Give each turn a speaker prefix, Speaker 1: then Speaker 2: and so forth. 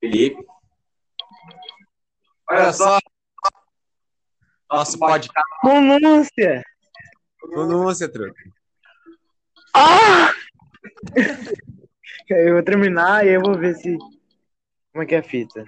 Speaker 1: Felipe. Olha só. Nosso podcast.
Speaker 2: Pronúncia.
Speaker 1: Pronúncia, truque.
Speaker 2: Ah! eu vou terminar e eu vou ver se. Como é que é a fita?